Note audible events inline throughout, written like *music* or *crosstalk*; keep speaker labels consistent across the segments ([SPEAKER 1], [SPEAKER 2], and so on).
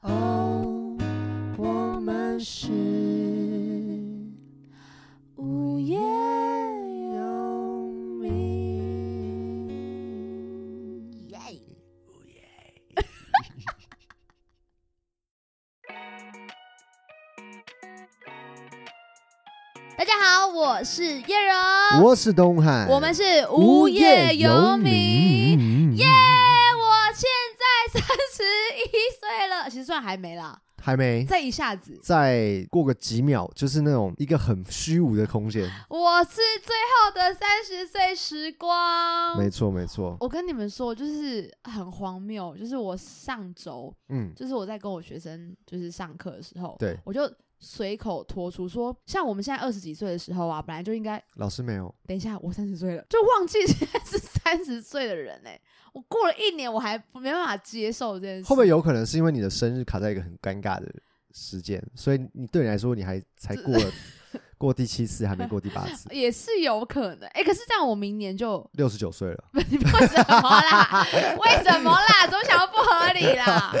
[SPEAKER 1] 哦我们是无业游民。耶！
[SPEAKER 2] 大家好，我是叶柔，
[SPEAKER 3] 我是东哎海，
[SPEAKER 2] 我们是无业游民。耶！我现在三十一岁了，其实算还没啦，
[SPEAKER 3] 还没
[SPEAKER 2] 再一下子，
[SPEAKER 3] 再过个几秒，就是那种一个很虚无的空间。
[SPEAKER 2] 我是最后的三十岁时光。
[SPEAKER 3] 没错，没错，
[SPEAKER 2] 我跟你们说，就是很荒谬，就是我上周，
[SPEAKER 3] 嗯，
[SPEAKER 2] 就是我在跟我学生就是上课的时候，
[SPEAKER 3] 对
[SPEAKER 2] 我就随口脱出说，像我们现在二十几岁的时候啊，本来就应该
[SPEAKER 3] 老师没有，
[SPEAKER 2] 等一下，我三十岁了，就忘记现在是三十岁的人哎、我过了一年，我还没办法接受这件事。，
[SPEAKER 3] 会不会有可能是因为你的生日卡在一个很尴尬的时间，所以你对你来说，你还才过了过第七次，还没过第八次
[SPEAKER 2] 也是有可能哎、可是这样我明年就。
[SPEAKER 3] 六十九岁了
[SPEAKER 2] 你为什么啦？为什么啦？总想要不合理啦？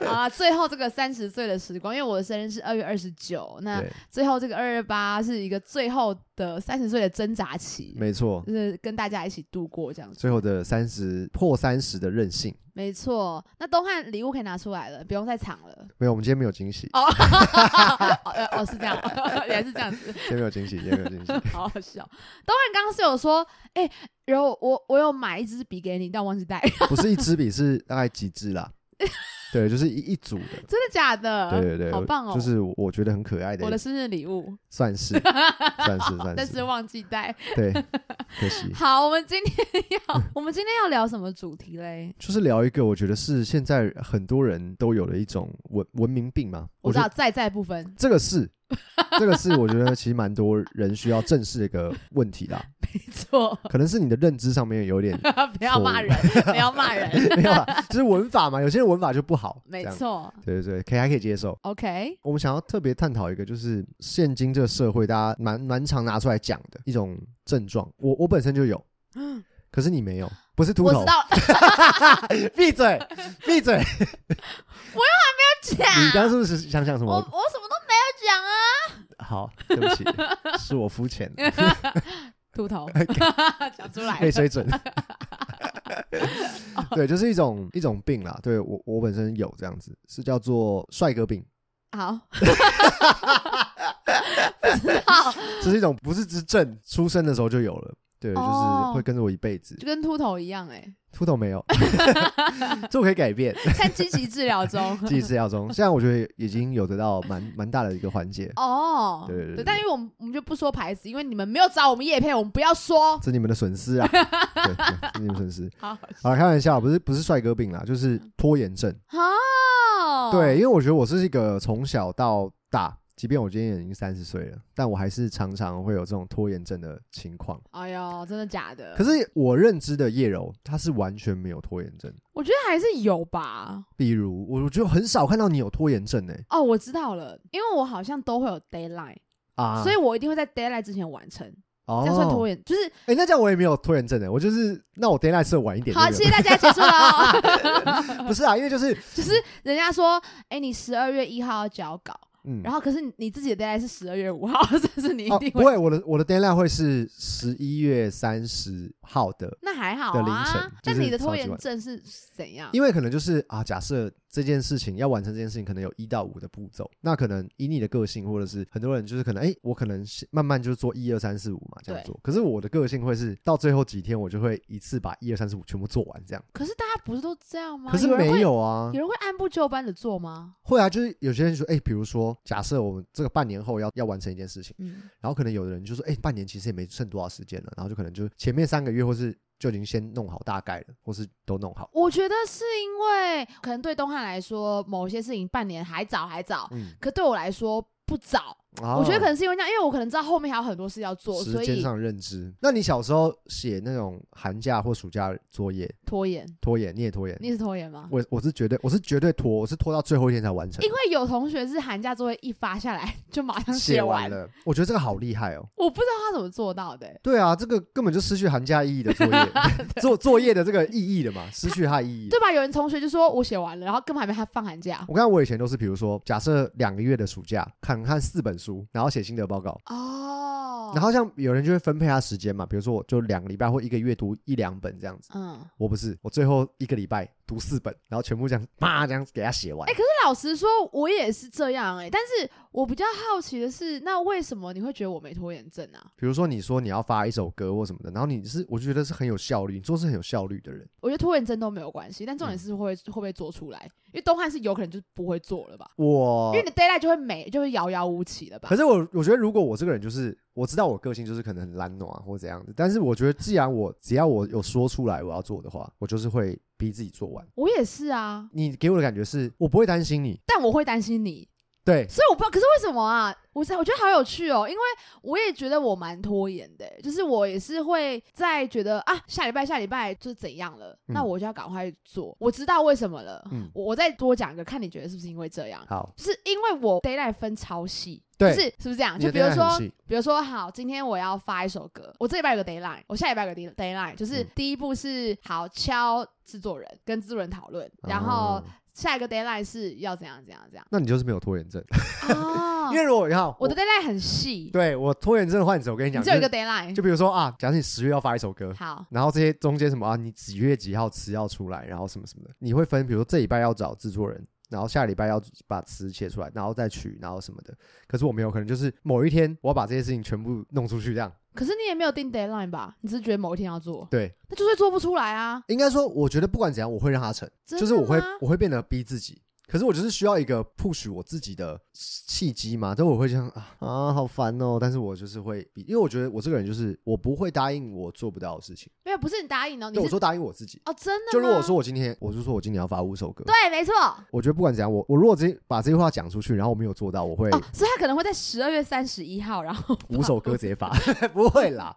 [SPEAKER 2] 好啦，最后这个三十岁的时光，因为我的生日是二月二十九，那
[SPEAKER 3] 对，
[SPEAKER 2] 最后这个二二八是一个最后的三十岁的挣扎期，
[SPEAKER 3] 没错，
[SPEAKER 2] 就是跟大家一起度过这样子。
[SPEAKER 3] 最后的三十破三十的任性，
[SPEAKER 2] 没错，那东汉礼物可以拿出来了，不用再藏了。
[SPEAKER 3] 没有，我们今天没有惊喜，
[SPEAKER 2] 哦， *laughs* 哦哦，是这
[SPEAKER 3] *laughs*
[SPEAKER 2] 样，原来是这样子，
[SPEAKER 3] 今天没有惊喜，今天没有惊喜。
[SPEAKER 2] 好好笑。东汉刚刚是有说，哎、然后我我有买一支笔给你，但我忘记带， *laughs*
[SPEAKER 3] 不是一支笔，是大概几支啦？对，就是一一组的。
[SPEAKER 2] 真的假的？
[SPEAKER 3] 对对对，
[SPEAKER 2] 好棒哦！
[SPEAKER 3] 就是我觉得很可爱的
[SPEAKER 2] 我的生日礼物，*laughs*
[SPEAKER 3] 算是算是
[SPEAKER 2] 但
[SPEAKER 3] 算
[SPEAKER 2] 是
[SPEAKER 3] 是，嗯
[SPEAKER 2] 忘记带。
[SPEAKER 3] 对，可惜。
[SPEAKER 2] 好，我们今天
[SPEAKER 3] *laughs*
[SPEAKER 2] 要我们今天要聊什么主题嘞？
[SPEAKER 3] 就是聊一个我觉得是现在很多人都有的一种文文明病嘛，
[SPEAKER 2] 我知
[SPEAKER 3] 觉
[SPEAKER 2] 道
[SPEAKER 3] 得
[SPEAKER 2] 在在部分，
[SPEAKER 3] 这个是这个是我觉得其实蛮多人需要正视的一个问题
[SPEAKER 2] *laughs*
[SPEAKER 3] 啦，
[SPEAKER 2] 没错，
[SPEAKER 3] 可能是你的认知上面有点 *laughs*
[SPEAKER 2] 不要骂人，不要骂人，
[SPEAKER 3] 没有啦，就是文法嘛，有些人文法就不好，
[SPEAKER 2] 没
[SPEAKER 3] 这样，
[SPEAKER 2] 错。
[SPEAKER 3] 对对对，可以还可以接受。
[SPEAKER 2] OK，
[SPEAKER 3] 我们想要特别探讨一个，就是现今这个社会，大家蛮蛮常拿出来讲的一种症状。我我本身就有，可是你没有，不是秃
[SPEAKER 2] 嗯我
[SPEAKER 3] 头
[SPEAKER 2] 知，
[SPEAKER 3] *laughs*
[SPEAKER 2] 道，*laughs*
[SPEAKER 3] 闭嘴，闭嘴！
[SPEAKER 2] 讲，
[SPEAKER 3] 你刚刚是不是想讲什
[SPEAKER 2] 我我
[SPEAKER 3] 么？
[SPEAKER 2] 什么都没有讲啊，
[SPEAKER 3] 好，对不起，是我
[SPEAKER 2] *laughs*
[SPEAKER 3] 肤浅，
[SPEAKER 2] 秃头，讲出来
[SPEAKER 3] 没 *laughs*
[SPEAKER 2] 了。
[SPEAKER 3] 水准。对，就是一种一种病啦。对我我本身有这样子，是叫做帅哥病，
[SPEAKER 2] 好，不知道，
[SPEAKER 3] 这是一种不是之症，出生的时候就有了。对，就是
[SPEAKER 2] 哦
[SPEAKER 3] 会跟着我一辈子。
[SPEAKER 2] 就跟秃头一样哎、
[SPEAKER 3] 秃头没有， *laughs* 这我可以改变。
[SPEAKER 2] *laughs* 但积极治疗
[SPEAKER 3] *laughs*
[SPEAKER 2] 中。
[SPEAKER 3] 积极治疗中，现在我觉得已经有得到蛮蛮大的一个缓解，
[SPEAKER 2] 哦，
[SPEAKER 3] 对对对对
[SPEAKER 2] 但因为我们我们就不说牌子，因为你们没有找我们叶配，我们不要说。
[SPEAKER 3] 这是你们的损失
[SPEAKER 2] *laughs*
[SPEAKER 3] 啊，对，对是你们损失。
[SPEAKER 2] 好，
[SPEAKER 3] 好了，开玩笑，不是不是帅哥病啦，就是
[SPEAKER 2] 嗯
[SPEAKER 3] 拖延症。
[SPEAKER 2] 好，
[SPEAKER 3] 对，因为我觉得我是一个从小到大，即便我今天已经三十岁了，但我还是常常会有这种拖延症的情况。
[SPEAKER 2] 哎呦，真的假的？
[SPEAKER 3] 可是我认知的叶柔，她是完全没有拖延症。
[SPEAKER 2] 我觉得还是有吧。
[SPEAKER 3] 比如我，我就很少看到你有拖延症欸诶、
[SPEAKER 2] 哦，我知道了，因为我好像都会有 d a y l i n e
[SPEAKER 3] 啊，
[SPEAKER 2] 所以
[SPEAKER 3] 以
[SPEAKER 2] 我一定会在 d a y l i n e 之前完成，
[SPEAKER 3] 哦
[SPEAKER 2] 这样算拖延。就是
[SPEAKER 3] 哎、那这样我也没有拖延症欸诶、我就是那我 d a y l i g h t 设晚一点就有
[SPEAKER 2] 好，
[SPEAKER 3] 了。
[SPEAKER 2] 谢谢大家，结束了。哦
[SPEAKER 3] *laughs* 不是啊，因为就是
[SPEAKER 2] 就是人家说，哎、你十二月一号要交稿， *laughs*
[SPEAKER 3] 嗯，
[SPEAKER 2] 然后可是你你自己的 d a y l i n e 是十二月五号， *laughs* 这是你一
[SPEAKER 3] 哦，
[SPEAKER 2] 定
[SPEAKER 3] 不
[SPEAKER 2] 会。
[SPEAKER 3] 会，我的我的 deadline 会是十一月三十号的，
[SPEAKER 2] 那还好
[SPEAKER 3] 的凌
[SPEAKER 2] 啊
[SPEAKER 3] 晨，
[SPEAKER 2] 但
[SPEAKER 3] 就是
[SPEAKER 2] 你的拖
[SPEAKER 3] 超级
[SPEAKER 2] 延
[SPEAKER 3] 晚
[SPEAKER 2] 症是怎样？
[SPEAKER 3] 因为可能就是啊，假设这件事情要完成这件事情，可能有一到五的步骤，那可能以你的个性，或者是很多人就是可能哎，我可能是慢慢就做一二三四五嘛，这样
[SPEAKER 2] 对
[SPEAKER 3] 做。可是我的个性会是到最后几天，我就会一次把一二三四五全部做完这样。
[SPEAKER 2] 可是大家不是都这样吗？
[SPEAKER 3] 可是
[SPEAKER 2] 有人会
[SPEAKER 3] 没有啊
[SPEAKER 2] 有，人会按部就班的做吗？
[SPEAKER 3] 会啊，就是有些人说哎，比如说假设我们这个半年后要要完成一件事情，
[SPEAKER 2] 嗯，
[SPEAKER 3] 然后可能有的人就说哎，半年其实也没剩多少时间了，然后就可能就前面三个月或是。就已经先弄好大概了，或是都弄好。
[SPEAKER 2] 我觉得是因为可能对东汉来说，某些事情半年还早还早，
[SPEAKER 3] 嗯，
[SPEAKER 2] 可对我来说不早。我觉得可
[SPEAKER 3] 能。
[SPEAKER 2] 能是因为那样，因为我可能知道后面还有很多事要做，
[SPEAKER 3] 时
[SPEAKER 2] 所
[SPEAKER 3] 间
[SPEAKER 2] 以
[SPEAKER 3] 上的认知。那你小时候写那种寒假或暑假作业
[SPEAKER 2] 拖延。
[SPEAKER 3] 拖延，你也拖延？
[SPEAKER 2] 你是拖延吗？
[SPEAKER 3] 我我是绝对我是绝对拖，我是拖到最后一天才完成
[SPEAKER 2] 因，为有同学是寒假作业一发下来就马上
[SPEAKER 3] 写
[SPEAKER 2] 完，
[SPEAKER 3] 了。我觉得这个好厉害哦。
[SPEAKER 2] 我不知道他怎么做到的欸、
[SPEAKER 3] 对啊，这个根本就失去寒假意义的作
[SPEAKER 2] *laughs*
[SPEAKER 3] 业，做作业的这个意义了嘛，失去它的意义。
[SPEAKER 2] 对吧？有人同学就说我写完了，然后根本还没他放寒假。
[SPEAKER 3] 我看我以前都是，比如说假设两个月的暑假，看看四本书，然后写心得报告。
[SPEAKER 2] 哦，
[SPEAKER 3] 然后像有人就会分配他时间嘛，比如说我就两个礼拜或一个月读一两本这样子。
[SPEAKER 2] 嗯，
[SPEAKER 3] 我不是，我最后一个礼拜读四本，然后全部这样啪这样给他写完。
[SPEAKER 2] 哎、可是老实说，我也是这样哎、但是我比较好奇的是，那为什么你会觉得我没拖延症啊？
[SPEAKER 3] 比如说你说你要发一首歌或什么的，然后你是我就觉得是很有效率，你做事很有效率的人。
[SPEAKER 2] 我觉得拖延症都没有关系，但重
[SPEAKER 3] 嗯
[SPEAKER 2] 点是会、会不会做出来，因为东汉是有可能就不会做了吧，
[SPEAKER 3] 我
[SPEAKER 2] 因为你的 d a y l i g h t 就会没就会遥遥无期了吧
[SPEAKER 3] 哦可。是我我觉得如果我这个人就是我知道我个性就是可能很懒惰啊或怎样的，但是我觉得既然我只要我有说出来我要做的话，我就是会逼自己做完。
[SPEAKER 2] 我也是啊，
[SPEAKER 3] 你给我的感觉是我不会担心你，
[SPEAKER 2] 但我会担心你，
[SPEAKER 3] 对，
[SPEAKER 2] 所以我不知道，可是为什么啊？我才我觉得好有趣哦，因为我也觉得我蛮拖延的、欸就是我也是会在觉得啊，下礼拜下礼拜就是怎样了，
[SPEAKER 3] 嗯
[SPEAKER 2] 那我就要赶快做。我知道为什么了，
[SPEAKER 3] 嗯
[SPEAKER 2] 我我再多讲一个，看你觉得是不是因为这样。
[SPEAKER 3] 好，
[SPEAKER 2] 就是因为我 d a y l i g h t 分超细，就
[SPEAKER 3] 对
[SPEAKER 2] 是是不是这样？
[SPEAKER 3] 你
[SPEAKER 2] 就
[SPEAKER 3] 的
[SPEAKER 2] 比如
[SPEAKER 3] deadline
[SPEAKER 2] 说
[SPEAKER 3] 很细，
[SPEAKER 2] 比如说，好，今天我要发一首歌，我这礼拜有个 d a y l i n e 我下礼拜有个 d a y l i n e 就是
[SPEAKER 3] 嗯
[SPEAKER 2] 第一步是好敲制作人，跟制作人讨论，然后
[SPEAKER 3] 哦
[SPEAKER 2] 下一个 d a y l i n e 是要怎样怎样怎样。
[SPEAKER 3] 那你就是没有拖延症，
[SPEAKER 2] 哦，
[SPEAKER 3] 因为如果你看
[SPEAKER 2] 我的 deadline 很细，
[SPEAKER 3] 对我拖延症的话，你只我跟你
[SPEAKER 2] 你
[SPEAKER 3] 讲，
[SPEAKER 2] 只有一
[SPEAKER 3] 就
[SPEAKER 2] 个
[SPEAKER 3] 是
[SPEAKER 2] deadline。
[SPEAKER 3] 就比如说啊，假设你十月要发一首歌，
[SPEAKER 2] 好，
[SPEAKER 3] 然后这些中间什么啊，你几月几号词要出来，然后什么什么的，你会分，比如说这礼拜要找制作人，然后下礼拜要把词写出来，然后再曲，然后什么的。可是我没有，可能就是某一天我要把这些事情全部弄出去，这样。
[SPEAKER 2] 可是你也没有定 deadline 吧？你只是觉得某一天要做，
[SPEAKER 3] 对，
[SPEAKER 2] 那就是做不出来啊。
[SPEAKER 3] 应该说，我觉得不管怎样，我会让它成，
[SPEAKER 2] 真
[SPEAKER 3] 就
[SPEAKER 2] 的
[SPEAKER 3] 是我会
[SPEAKER 2] 吗
[SPEAKER 3] 我会变得逼自己。可是我就是需要一个 push 我自己的契机嘛，但我会这样啊啊，好烦哦。但是我就是会逼，因为我觉得我这个人就是我不会答应我做不到的事情。
[SPEAKER 2] 没有，不是你答应哦，你
[SPEAKER 3] 对，我
[SPEAKER 2] 是
[SPEAKER 3] 说答应我自己，
[SPEAKER 2] 哦，真的吗。
[SPEAKER 3] 就如果说我今天，我就说我今年要发五首歌，
[SPEAKER 2] 对，没错哦，
[SPEAKER 3] 我觉得不管怎样，我我如果这把这句话讲出去，然后我没有做到，我会
[SPEAKER 2] 哦所以他可能会在十二月三十一号，然后
[SPEAKER 3] 五首歌直
[SPEAKER 2] *laughs*
[SPEAKER 3] 接发，不会啦，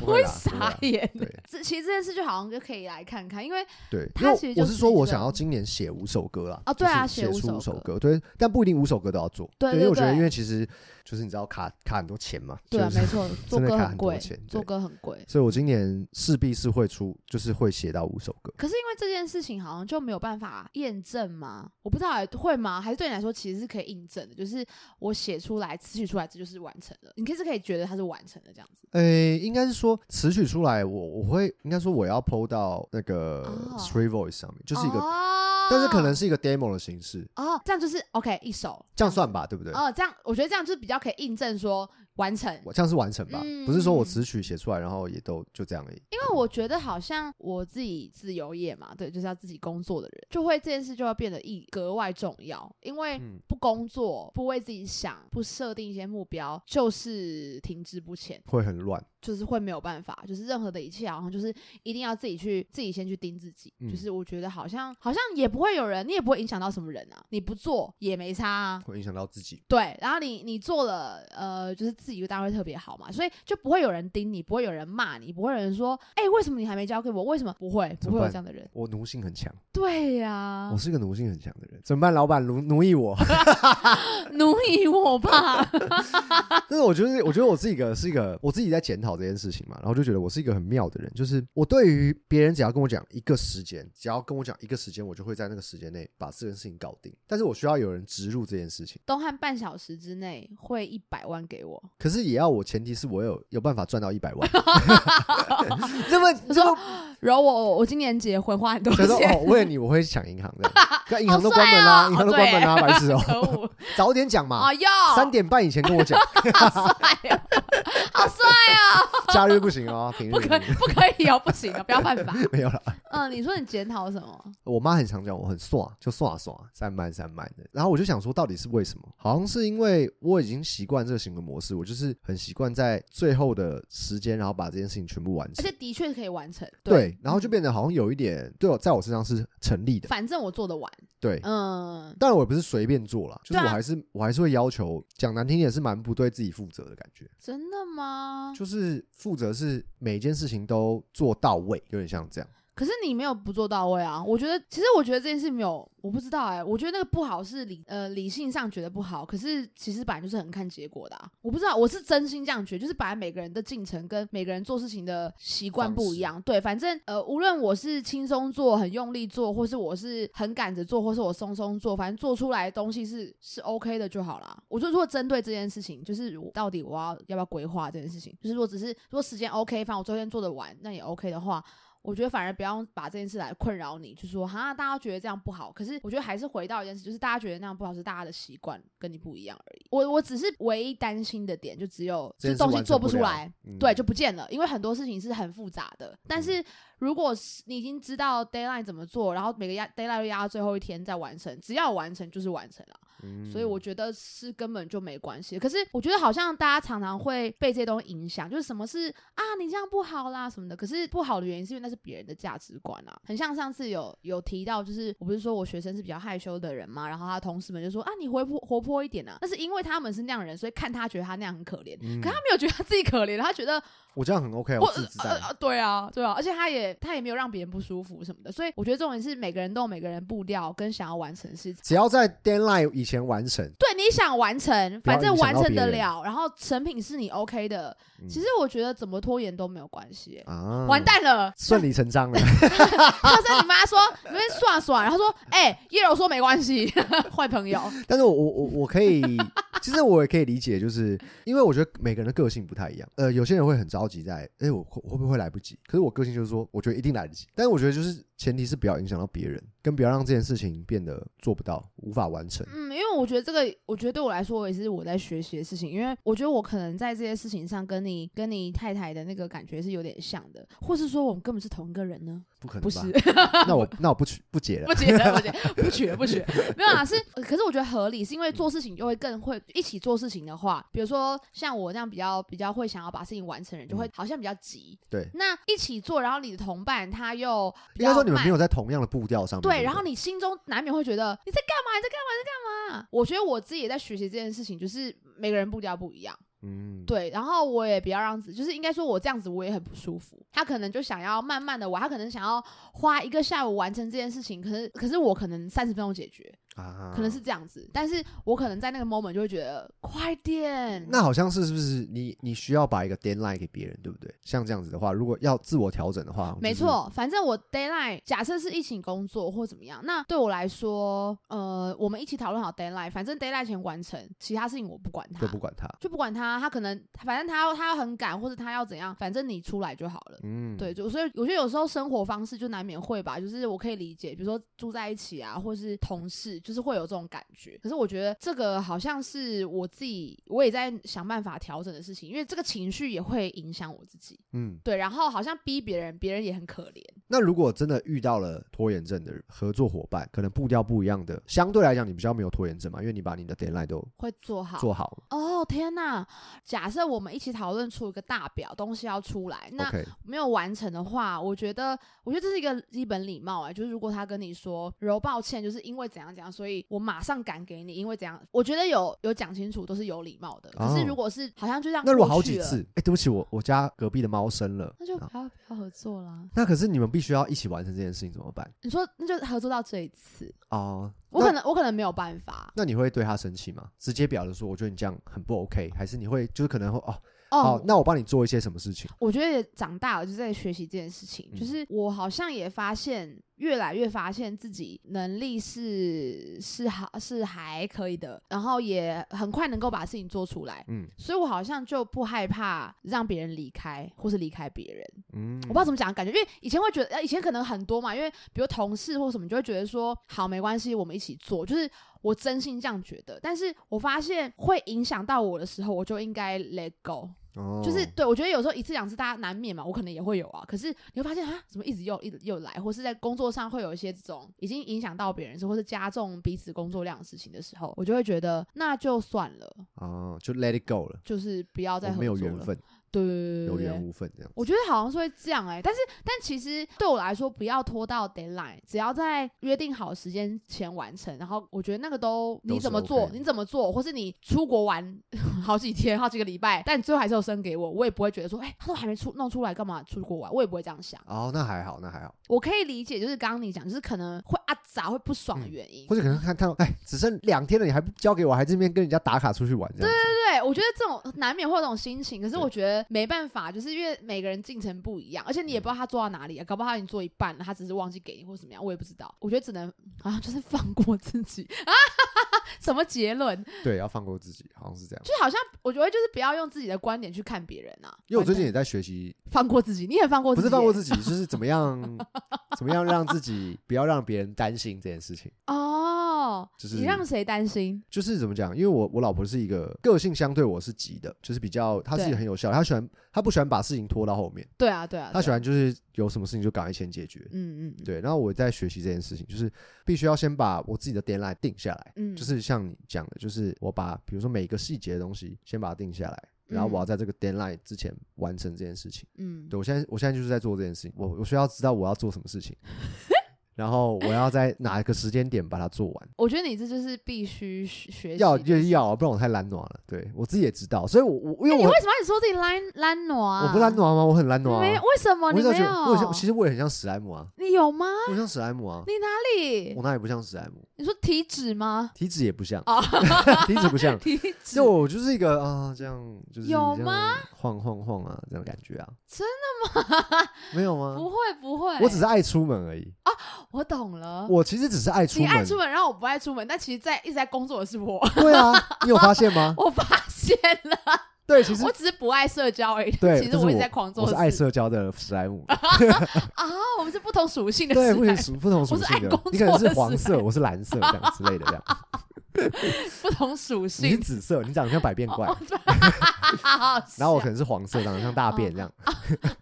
[SPEAKER 3] 不
[SPEAKER 2] 我会
[SPEAKER 3] 啦
[SPEAKER 2] 傻眼。
[SPEAKER 3] 不
[SPEAKER 2] *laughs*
[SPEAKER 3] 会啦
[SPEAKER 2] 这其实这件事就好像就可以来看看，因为
[SPEAKER 3] 对对，
[SPEAKER 2] 他
[SPEAKER 3] 因为
[SPEAKER 2] 其实就
[SPEAKER 3] 我
[SPEAKER 2] 是是
[SPEAKER 3] 说
[SPEAKER 2] 一
[SPEAKER 3] 我
[SPEAKER 2] 个
[SPEAKER 3] 想要今年写五首歌啦，
[SPEAKER 2] 哦对啊
[SPEAKER 3] 就是
[SPEAKER 2] 写五
[SPEAKER 3] 写出
[SPEAKER 2] 首
[SPEAKER 3] 五首
[SPEAKER 2] 歌
[SPEAKER 3] 歌，对，但不一定五首歌都要做，
[SPEAKER 2] 对
[SPEAKER 3] 因为
[SPEAKER 2] 对
[SPEAKER 3] 我觉得，
[SPEAKER 2] 对
[SPEAKER 3] 因为其实就是你知道卡卡很多钱嘛，
[SPEAKER 2] 对啊，
[SPEAKER 3] 就是
[SPEAKER 2] 没
[SPEAKER 3] *laughs*
[SPEAKER 2] 错，做
[SPEAKER 3] 真的
[SPEAKER 2] 歌
[SPEAKER 3] 卡
[SPEAKER 2] 很
[SPEAKER 3] 很多
[SPEAKER 2] 贵
[SPEAKER 3] 钱，对
[SPEAKER 2] 做歌很贵。
[SPEAKER 3] 所以我今年势必是会出，就是会写到五首歌。
[SPEAKER 2] 可是因为这件事情好像就没有办法验证吗？我不知道、欸、会吗？还是对你来说其实是可以印证的，就是我写出来、词曲出来，这就是完成了。你可以是可以觉得它是完成的这样子。
[SPEAKER 3] 诶，应该是说词曲出来，我我会应该说我要 PO 到那个
[SPEAKER 2] 哦
[SPEAKER 3] Three Voice 上面，就是一个，
[SPEAKER 2] 哦、
[SPEAKER 3] 但是可能是一个 demo 的形式，
[SPEAKER 2] 哦，这样就是 OK 一首
[SPEAKER 3] 这样算吧，对不对？
[SPEAKER 2] 哦，这样我觉得这样就是比较可以印证说完成，
[SPEAKER 3] 我这样是完成吧？
[SPEAKER 2] 嗯
[SPEAKER 3] 不是说我
[SPEAKER 2] 嗯
[SPEAKER 3] 词曲写出来，然后也都就这样而已。
[SPEAKER 2] 因为我觉得好像我自己自由业嘛，对，就是要自己工作的人，就会这件事就要变得一格外重要，因为
[SPEAKER 3] 嗯
[SPEAKER 2] 不工作、不为自己想、不设定一些目标，就是停滞不前，
[SPEAKER 3] 会很乱，
[SPEAKER 2] 就是会没有办法，就是任何的一切好像就是一定要自己去自己先去盯自己，
[SPEAKER 3] 嗯
[SPEAKER 2] 就是我觉得好像好像也不会有人，你也不会影响到什么人啊，你不做也没差啊。
[SPEAKER 3] 会影响到自己。
[SPEAKER 2] 对，然后你你做了，呃，就是自己当然会特别好嘛，所以就不会有人盯你，不会有人骂你，不会有人说，哎、为什么你还没交给我？为什么不会？
[SPEAKER 3] 怎
[SPEAKER 2] 不
[SPEAKER 3] 么
[SPEAKER 2] 会有
[SPEAKER 3] 办
[SPEAKER 2] 这样的人。
[SPEAKER 3] 我奴性很强，
[SPEAKER 2] 对呀、
[SPEAKER 3] 我是一个奴性很强的人，怎么办？老板奴奴役我， *laughs*
[SPEAKER 2] *laughs* 奴役我吧。 *laughs*
[SPEAKER 3] 但是我觉得，我觉得我自己个是一个，我自己在检讨这件事情嘛，然后就觉得我是一个很妙的人，就是我对于别人只要跟我讲一个时间，只要跟我讲一个时间，我就会在那个时间内把这件事情搞定。但是我需要有人植入这件事情，
[SPEAKER 2] 东汉半小时之内汇一百万给我，
[SPEAKER 3] 可是也要我前提是我有有办法赚到一百万。
[SPEAKER 2] *laughs*
[SPEAKER 3] *laughs* 这么
[SPEAKER 2] 他说，然后我我今年结婚花很多
[SPEAKER 3] 他说
[SPEAKER 2] 钱，
[SPEAKER 3] 哦，为了你我会抢银行的，那银行都
[SPEAKER 2] *laughs* 好帅
[SPEAKER 3] 关
[SPEAKER 2] 哦
[SPEAKER 3] 门啦、银行都关门啦、
[SPEAKER 2] *laughs*
[SPEAKER 3] 白痴哦、
[SPEAKER 2] 可恶！
[SPEAKER 3] 早点讲嘛，
[SPEAKER 2] 哎呦，
[SPEAKER 3] 啊三点半以前跟我讲，
[SPEAKER 2] 好帅哦，好帅啊！
[SPEAKER 3] 假日不行哦，平日
[SPEAKER 2] 不可以，不可以哦，不行哦，不要犯法。
[SPEAKER 3] 没有啦。
[SPEAKER 2] 嗯，你说你检讨什么？
[SPEAKER 3] 我妈很常讲我很耍，就耍耍，散漫散漫的。然后我就想说，到底是为什么？好像是因为我已经习惯这个行为模式，我就是很习惯在最后的时间，然后把这件事情全部完
[SPEAKER 2] 而
[SPEAKER 3] 成
[SPEAKER 2] 且。嗯的确可以完成，
[SPEAKER 3] 对，然后就变得好像有一点对我在我身上是成立的。
[SPEAKER 2] 反正我做得完。
[SPEAKER 3] 对，
[SPEAKER 2] 嗯，
[SPEAKER 3] 但我也不是随便做啦，就
[SPEAKER 2] 对
[SPEAKER 3] 是我
[SPEAKER 2] 啊
[SPEAKER 3] 还是我还是会要求，讲难听点是蛮不对自己负责的感觉，
[SPEAKER 2] 真的吗？
[SPEAKER 3] 就是负责是每一件事情都做到位，有点像这样。
[SPEAKER 2] 可是你没有不做到位啊！我觉得，其实我觉得这件事没有，我不知道哎、我觉得那个不好是理呃理性上觉得不好，可是其实本来就是很看结果的、啊。我不知道，我是真心这样觉得，就是本来每个人的进程跟每个人做事情的习惯不一样。对，反正呃，无论我是轻松做、很用力做，或是我是很赶着做，或是我松松做，反正做出来的东西是是 OK 的就好啦。我就如果针对这件事情，就是我到底我要要不要规划这件事情，就是如果只是如果时间 OK，反正我昨天做得完，那也 OK 的话，我觉得反而不要把这件事来困扰你，就说哈，大家觉得这样不好。可是我觉得还是回到一件事，就是大家觉得那样不好是大家的习惯跟你不一样而已。我我只是唯一担心的点，就只有
[SPEAKER 3] 这
[SPEAKER 2] 就
[SPEAKER 3] 件事
[SPEAKER 2] 东西
[SPEAKER 3] 完成
[SPEAKER 2] 做不
[SPEAKER 3] 不
[SPEAKER 2] 出
[SPEAKER 3] 了
[SPEAKER 2] 来，
[SPEAKER 3] 嗯
[SPEAKER 2] 对，就不见了。因为很多事情是很复杂的，但是如果是你已经知道 d a y l i n e 怎么做，然后每个压 d a y l i n e 都压到最后一天再完成，只要完成就是完成了。
[SPEAKER 3] 嗯
[SPEAKER 2] 所以我觉得是根本就没关系。可是我觉得好像大家常常会被这些东西影响，就是什么是啊，你这样不好啦什么的。可是不好的原因是因为那是别人的价值观啊，很像上次有有提到，就是我不是说我学生是比较害羞的人嘛，然后他的同事们就说啊，你活泼活泼一点啊。那是因为他们是那样的人，所以看他觉得他那样很可怜。
[SPEAKER 3] 嗯
[SPEAKER 2] 可他没有觉得他自己可怜，他觉得
[SPEAKER 3] 我这样很 OK，啊
[SPEAKER 2] 我
[SPEAKER 3] 我自自在
[SPEAKER 2] 呃。呃对啊，对啊，而且他也他也没有让别人不舒服什么的，所以我觉得重点是每个人都有每个人步调跟想要完成的事情。
[SPEAKER 3] 只要在 deadline 以前完成，
[SPEAKER 2] 对，你想完成，
[SPEAKER 3] 不要
[SPEAKER 2] 反正
[SPEAKER 3] 影响
[SPEAKER 2] 完
[SPEAKER 3] 到
[SPEAKER 2] 成
[SPEAKER 3] 别
[SPEAKER 2] 得
[SPEAKER 3] 人
[SPEAKER 2] 了，然后成品是你 OK 的。
[SPEAKER 3] 嗯
[SPEAKER 2] 其实我觉得怎么拖延都没有关系、欸
[SPEAKER 3] 啊，
[SPEAKER 2] 完，蛋了，
[SPEAKER 3] 顺理成章了。 *laughs*
[SPEAKER 2] 上次你妈说你们算算，然后说哎、叶柔说没关系， *laughs* 坏朋
[SPEAKER 3] *laughs*
[SPEAKER 2] 友，
[SPEAKER 3] 但是我我我我可以， *laughs* 其实我也可以理解，就是因为我觉得每个人的个性不太一样。呃，有些人会很着急在，哎、我会我会不会来不及？可是我个性就是说，我觉得一定来得及。但是我觉得就是前提是不要影响到别人，跟不要让这件事情变得做不到、无法完成。
[SPEAKER 2] 嗯，因为我觉得这个，我觉得对我来说，我也是我在学习的事情。因为我觉得我可能在这些事情上，跟你跟你太太的那个感觉是有点像的，或是说我们根本是同一个人呢？
[SPEAKER 3] 不可能，
[SPEAKER 2] 不是，，
[SPEAKER 3] 那我 *laughs* 那我不去不解了
[SPEAKER 2] 不。觉得，不觉得，不觉得，不觉得，没有啦，是，呃可是我觉得合理，是因为做事情就会更会一起做事情的话，比如说像我这样比较比较会想要把事情完成的人，就会好像比较急。
[SPEAKER 3] 嗯对
[SPEAKER 2] 那一起做，然后你的同伴他又比
[SPEAKER 3] 应该
[SPEAKER 2] 较
[SPEAKER 3] 说你们
[SPEAKER 2] 慢
[SPEAKER 3] 没有在同样的步调上面。
[SPEAKER 2] 对，然后
[SPEAKER 3] 你
[SPEAKER 2] 你心中难免会觉得你在干嘛？你在干嘛？你在干嘛？我觉得我自己也在学习这件事情，就是每个人步调不一样。
[SPEAKER 3] 嗯，
[SPEAKER 2] 对，然后我也不要让自，就是应该说我这样子我也很不舒服。他可能就想要慢慢的玩，他可能想要花一个下午完成这件事情，可是可是我可能三十分钟解决，
[SPEAKER 3] 啊，
[SPEAKER 2] 可能是这样子，但是我可能在那个 moment 就会觉得快点。
[SPEAKER 3] 那好像是是不是你你需要把一个 deadline 给别人，对不对？像这样子的话，如果要自我调整的话，
[SPEAKER 2] 没，错，反正我 d a y l i n e 假设是一起工作或怎么样，那对我来说，呃，我们一起讨论好 d a y l i n e 反正 d a y l i n e 前完成，其他事情我不管它
[SPEAKER 3] 就，不管他。
[SPEAKER 2] 就不管他，他可能反正他要他要很赶或者他要怎样，反正你出来就好了。
[SPEAKER 3] 嗯，
[SPEAKER 2] 对，就所以我觉得有时候生活方式就难免会吧，就是我可以理解，比如说住在一起啊，或是同事，就是会有这种感觉。可是我觉得这个好像是我自己，我也在想办法调整的事情，因为这个情绪也会影响我自己。
[SPEAKER 3] 嗯，
[SPEAKER 2] 对，然后好像逼别人，别人也很可怜。
[SPEAKER 3] 那如果真的遇到了拖延症的人合作伙伴，可能步调不一样的，相对来讲你比较没有拖延症嘛，因为你把你的 deadline 都
[SPEAKER 2] 会做好
[SPEAKER 3] 做好
[SPEAKER 2] 哦，天哪！假设我们一起讨论出一个大表，东西要出来，那
[SPEAKER 3] OK，
[SPEAKER 2] 没有完成的话，我觉得，我觉得这是一个基本礼貌啊、就是如果他跟你说柔抱歉，就是因为怎样怎样，所以我马上赶给你，因为怎样，我觉得有有讲清楚都是有礼貌的。可
[SPEAKER 3] 哦
[SPEAKER 2] 是如果是好像就这样，
[SPEAKER 3] 那如果好几次，，啊哎、对不起，我我家隔壁的猫生了，
[SPEAKER 2] 那就
[SPEAKER 3] 然后
[SPEAKER 2] 不要不要合作啦。
[SPEAKER 3] 那可是你们必须要一起完成这件事情，怎么办？
[SPEAKER 2] 你说那就合作到这一次，
[SPEAKER 3] 哦、
[SPEAKER 2] 我
[SPEAKER 3] 那
[SPEAKER 2] 可能我可能没有办法
[SPEAKER 3] 那你会对他生气吗？直接表示说我觉得你这样很不 OK，还是你会就是可能会哦，好
[SPEAKER 2] 哦，。
[SPEAKER 3] 那我帮你做一些什么事情？
[SPEAKER 2] 我觉得也长大了，就在学习这件事情，
[SPEAKER 3] 嗯
[SPEAKER 2] 就是我好像也发现，越来越发现自己能力是是好是还可以的，然后也很快能够把事情做出来，
[SPEAKER 3] 嗯
[SPEAKER 2] 所以我好像就不害怕让别人离开，或是离开别人。
[SPEAKER 3] 嗯，
[SPEAKER 2] 我不知道怎么讲，感觉因为以前会觉得，呃以前可能很多嘛，因为比如同事或什么，你就会觉得说好没关系，我们一起做，就是我真心这样觉得。但是我发现会影响到我的时候，我就应该 let go。
[SPEAKER 3] 哦
[SPEAKER 2] 就是对我觉得有时候一次两次大家难免嘛，我可能也会有啊。可是你会发现啊，怎么一直又一直又来，或是在工作上会有一些这种已经影响到别人，或是加重彼此工作量的事情的时候，我就会觉得那就算了，
[SPEAKER 3] 哦，就 let it go 了，
[SPEAKER 2] 就是不要再
[SPEAKER 3] 我
[SPEAKER 2] 合
[SPEAKER 3] 没有
[SPEAKER 2] 作
[SPEAKER 3] 缘
[SPEAKER 2] 了。
[SPEAKER 3] 分，
[SPEAKER 2] 对对对对对
[SPEAKER 3] 有
[SPEAKER 2] 对
[SPEAKER 3] 缘无分这样。
[SPEAKER 2] 我觉得好像是会这样哎、但是但其实对我来说，不要拖到 deadline，只要在约定好时间前完成，然后我觉得那个都
[SPEAKER 3] 都
[SPEAKER 2] 你
[SPEAKER 3] 是
[SPEAKER 2] 怎么做
[SPEAKER 3] OK 的
[SPEAKER 2] 你怎么做，或是你出国玩好几天、好几个礼拜，但你最后还是有生给我，我也不会觉得说，哎、他都还没出弄出来，干嘛出国玩？我也不会这样想。
[SPEAKER 3] 哦，那还好，那还好，
[SPEAKER 2] 我可以理解，就是刚刚你讲，就是可能会啊杂会不爽的
[SPEAKER 3] 嗯
[SPEAKER 2] 原因。
[SPEAKER 3] 或者可能看看到，哎，只剩两天了，你还不交给我，还这边跟人家打卡出去玩这样子，
[SPEAKER 2] 对，我觉得这种难免会有这种心情，可是
[SPEAKER 3] 对
[SPEAKER 2] 我觉得没办法，就是因为每个人进程不一样，而且
[SPEAKER 3] 嗯
[SPEAKER 2] 你也不知道他做到哪里啊，搞不好他已经做一半了，他只是忘记给你或怎么样，我也不知道。我觉得只能啊，就是放过自己 *laughs* 啊，什么结论？就
[SPEAKER 3] 对，要放过自己，好像是这样。
[SPEAKER 2] 好像我觉得就是不要用自己的观点去看别人啊，
[SPEAKER 3] 因为我最近也在学习，
[SPEAKER 2] 放过自己，你也放过
[SPEAKER 3] 不
[SPEAKER 2] 自己
[SPEAKER 3] 是
[SPEAKER 2] 耶，
[SPEAKER 3] 放过自己，就是怎么样，
[SPEAKER 2] *laughs*
[SPEAKER 3] 怎么样让自己不要让别人担心这件事情。
[SPEAKER 2] 哦，
[SPEAKER 3] 就是
[SPEAKER 2] 你让谁担心？
[SPEAKER 3] 就是怎么讲？因为我我老婆是一个个性相对我是急的，就是比较她是
[SPEAKER 2] 对
[SPEAKER 3] 很有效，她喜欢她不喜欢把事情拖到后面，
[SPEAKER 2] 对啊，对啊，对
[SPEAKER 3] 她
[SPEAKER 2] 啊
[SPEAKER 3] 喜欢就是有什么事情就赶快先解决。
[SPEAKER 2] 嗯嗯嗯
[SPEAKER 3] 对，然后我在学习这件事情，就是必须要先把我自己的 deadline 定下来，
[SPEAKER 2] 嗯，
[SPEAKER 3] 就是像你讲的，就是我把比如说每一个细节的东西先把它定下来，然后我要在这个 deadline 之前完成这件事情。
[SPEAKER 2] 嗯
[SPEAKER 3] 对我现在我现在就是在做这件事情，我我需要知道我要做什么
[SPEAKER 2] *laughs*
[SPEAKER 3] 事情，然后我要在哪一个时间点把它做完。
[SPEAKER 2] 我觉得你这就是必须学学习
[SPEAKER 3] 要
[SPEAKER 2] 的
[SPEAKER 3] 就是要啊，不然我太懒惰了。对我自己也知道，所以我我因为
[SPEAKER 2] 你
[SPEAKER 3] 我
[SPEAKER 2] 为什么一直说自己懒懒惰啊？
[SPEAKER 3] 我不懒惰吗？我很懒惰啊。
[SPEAKER 2] 没有，为什么
[SPEAKER 3] 我
[SPEAKER 2] 你
[SPEAKER 3] 一直
[SPEAKER 2] 没
[SPEAKER 3] 觉得我很
[SPEAKER 2] 有
[SPEAKER 3] 像，？其实我也很像史莱姆啊，
[SPEAKER 2] 你有吗？
[SPEAKER 3] 我很像史莱姆啊，
[SPEAKER 2] 你哪里
[SPEAKER 3] 我？哪里不像史莱姆？
[SPEAKER 2] 你说体脂
[SPEAKER 3] *laughs*
[SPEAKER 2] 吗？
[SPEAKER 3] 体脂也不像，
[SPEAKER 2] 哦，
[SPEAKER 3] 体脂不像。
[SPEAKER 2] 体脂
[SPEAKER 3] 就我就是一个啊，这样就是
[SPEAKER 2] 有
[SPEAKER 3] 这样
[SPEAKER 2] 吗？
[SPEAKER 3] 晃晃晃啊，这样感觉啊。
[SPEAKER 2] 真
[SPEAKER 3] 的吗？ *laughs* 没有
[SPEAKER 2] 不
[SPEAKER 3] 吗？
[SPEAKER 2] 会不会，
[SPEAKER 3] 我只是爱出门而已。
[SPEAKER 2] 我懂了。
[SPEAKER 3] 我其实只是爱出
[SPEAKER 2] 你
[SPEAKER 3] 门。
[SPEAKER 2] 爱出门，然后我不爱出门，但其实在一直在工作的是
[SPEAKER 3] *laughs*
[SPEAKER 2] 我，？
[SPEAKER 3] 对啊，你有发现吗
[SPEAKER 2] *laughs* 我发现了，
[SPEAKER 3] 对，其实
[SPEAKER 2] 我只是不爱社交而已。
[SPEAKER 3] 对
[SPEAKER 2] 其实
[SPEAKER 3] 这是
[SPEAKER 2] 一直
[SPEAKER 3] 我
[SPEAKER 2] 在狂做
[SPEAKER 3] 我
[SPEAKER 2] 事。
[SPEAKER 3] 是爱社交的史
[SPEAKER 2] *laughs*
[SPEAKER 3] 莱姆。
[SPEAKER 2] 啊，我们是不同属性的
[SPEAKER 3] 对，
[SPEAKER 2] 时
[SPEAKER 3] 不行，
[SPEAKER 2] 代，
[SPEAKER 3] 属不同属
[SPEAKER 2] 是
[SPEAKER 3] 性
[SPEAKER 2] 爱
[SPEAKER 3] 的
[SPEAKER 2] 工，
[SPEAKER 3] 你可能
[SPEAKER 2] 作
[SPEAKER 3] 是
[SPEAKER 2] 的
[SPEAKER 3] 黄
[SPEAKER 2] 史
[SPEAKER 3] 色，
[SPEAKER 2] 莱
[SPEAKER 3] 我是蓝色，这样之类的，
[SPEAKER 2] *laughs*
[SPEAKER 3] 这样。
[SPEAKER 2] 不同属
[SPEAKER 3] 你是
[SPEAKER 2] 性。哦
[SPEAKER 3] 紫色，你长得像百变怪， *laughs* 然
[SPEAKER 2] 然
[SPEAKER 3] 后我可能是黄色，长得像大
[SPEAKER 2] 哦
[SPEAKER 3] 便这样。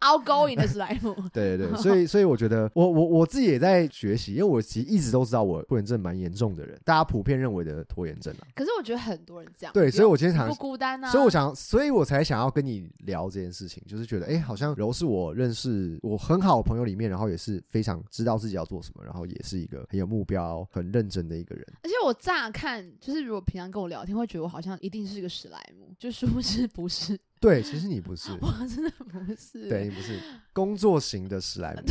[SPEAKER 2] outgoing 的史莱姆，
[SPEAKER 3] 对对对，所以所以我觉得我我我自己也在学习，因为我其实一直都知道我拖延症蛮严重的人，大家普遍认为的拖延症啊。
[SPEAKER 2] *laughs* 可是我觉得很多人这样。
[SPEAKER 3] 对，
[SPEAKER 2] 你
[SPEAKER 3] 所以
[SPEAKER 2] 不
[SPEAKER 3] 我今天
[SPEAKER 2] 你
[SPEAKER 3] 想
[SPEAKER 2] 不，孤单啊。
[SPEAKER 3] 所以我想，所以我才想要跟你聊这件事情，就是觉得哎、诶好像柔是我认识我很好的朋友里面，然后也是非常知道自己要做什么，然后也是一个很有目标、很认真的一个人。
[SPEAKER 2] 而且我乍看就是，如果平常跟我聊天，会觉得我好像一定是个史莱姆，就殊不知不是，，
[SPEAKER 3] 对，其实你不是
[SPEAKER 2] *laughs* 我真的不是。
[SPEAKER 3] 对，你不是工作型的史莱姆，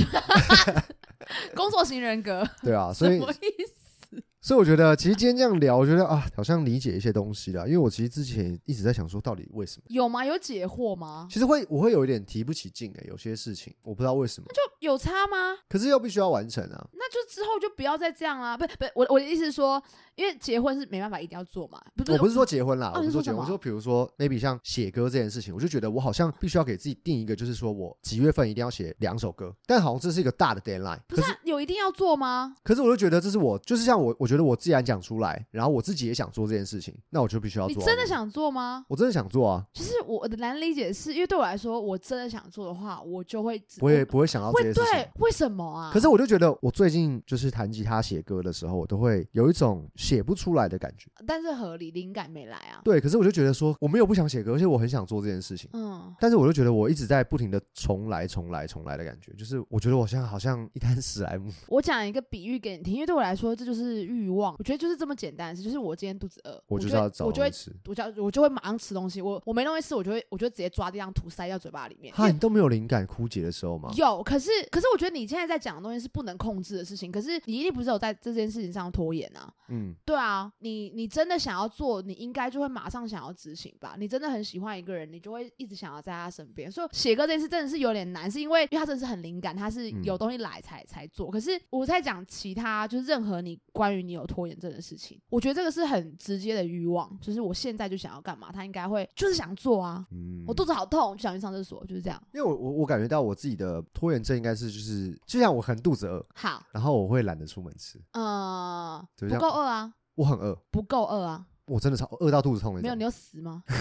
[SPEAKER 2] 工作型人格，
[SPEAKER 3] 对啊，
[SPEAKER 2] 什
[SPEAKER 3] 所以
[SPEAKER 2] 么意思？
[SPEAKER 3] 所以我觉得，其实今天这样聊，我觉得啊，好像理解一些东西了。因为我其实之前一直在想说，到底为什么？
[SPEAKER 2] 有吗？有解惑吗？
[SPEAKER 3] 其实会我会有一点提不起劲欸诶、有些事情我不知道为什么，
[SPEAKER 2] 有差吗？
[SPEAKER 3] 可是又必须要完成啊。
[SPEAKER 2] 那就之后就不要再这样啦、不不，我我的意思是说，因为结婚是没办法一定要做嘛，不
[SPEAKER 3] 我
[SPEAKER 2] 不
[SPEAKER 3] 不是说结婚啦，
[SPEAKER 2] 哦
[SPEAKER 3] 我不
[SPEAKER 2] 你
[SPEAKER 3] 是
[SPEAKER 2] 说
[SPEAKER 3] 说结婚，
[SPEAKER 2] 什么
[SPEAKER 3] 我说比如说 maybe 像写歌这件事情，我就觉得我好像必须要给自己定一个，就是说我几月份一定要写两首歌，但好像这是一个大的 deadline。
[SPEAKER 2] 不
[SPEAKER 3] 可
[SPEAKER 2] 是
[SPEAKER 3] 是
[SPEAKER 2] 啊有一定要做吗？
[SPEAKER 3] 可是我就觉得这是我，就是像我，我觉得我既然讲出来，然后我自己也想做这件事情，那我就必须要
[SPEAKER 2] 你
[SPEAKER 3] 做。啊
[SPEAKER 2] 真的？想做吗？
[SPEAKER 3] 我真的想做啊，
[SPEAKER 2] 就是我的难理解是，因为对我来说，我真的想做的话，我就会只
[SPEAKER 3] 我也不会想到这
[SPEAKER 2] 会
[SPEAKER 3] 些事情
[SPEAKER 2] 对。，为什么啊？
[SPEAKER 3] 可是我就觉得，我最近就是弹吉他写歌的时候，我都会有一种写不出来的感觉。
[SPEAKER 2] 但是合理灵感没来啊。
[SPEAKER 3] 对，可是我就觉得说，我没有不想写歌，而且我很想做这件事情。
[SPEAKER 2] 嗯，
[SPEAKER 3] 但是我就觉得我一直在不停的重来、重来、重来的感觉，就是我觉得我现在好像一滩史莱姆。
[SPEAKER 2] 我讲一个比喻给你听，因为对我来说这就是欲望。我觉得就是这么简单的事，就是我今天肚子饿，
[SPEAKER 3] 我
[SPEAKER 2] 我
[SPEAKER 3] 就是
[SPEAKER 2] 会
[SPEAKER 3] 要找
[SPEAKER 2] 我就会。
[SPEAKER 3] 东西吃。
[SPEAKER 2] 我就我就会马上吃东西，我我没东西吃，我就会我就直接抓地上土塞到嘴巴里面。因
[SPEAKER 3] 哈，
[SPEAKER 2] 为
[SPEAKER 3] 你都没有灵感枯竭的时候吗？
[SPEAKER 2] 有，可是可是我觉得你现在在讲的东西是不能控制的事情，可是你一定不是有在这件事情上拖延啊？
[SPEAKER 3] 嗯，
[SPEAKER 2] 对啊，你你真的想要做，你应该就会马上想要执行吧。你真的很喜欢一个人，你就会一直想要在他身边。所以写歌这件事真的是有点难，是因为因为他真的是很灵感，他是
[SPEAKER 3] 嗯
[SPEAKER 2] 有东西来才、才做。可是我在讲其他，就是任何你关于你有拖延症的事情，我觉得这个是很直接的欲望，就是我现在就想要干嘛，他应该会就是想做啊。
[SPEAKER 3] 嗯
[SPEAKER 2] 我肚子好痛，就想去上厕所，就是这样。
[SPEAKER 3] 因为我我我感觉到我自己的拖延症应该是就是，就像我很肚子饿，
[SPEAKER 2] 好，
[SPEAKER 3] 然后我会懒得出门吃，
[SPEAKER 2] 嗯、
[SPEAKER 3] 就
[SPEAKER 2] 不
[SPEAKER 3] 像
[SPEAKER 2] 够饿啊，
[SPEAKER 3] 我很饿，
[SPEAKER 2] 不够饿啊，
[SPEAKER 3] 我真的超饿到肚子痛那
[SPEAKER 2] 没有，你
[SPEAKER 3] 种。
[SPEAKER 2] 有死吗？ *laughs*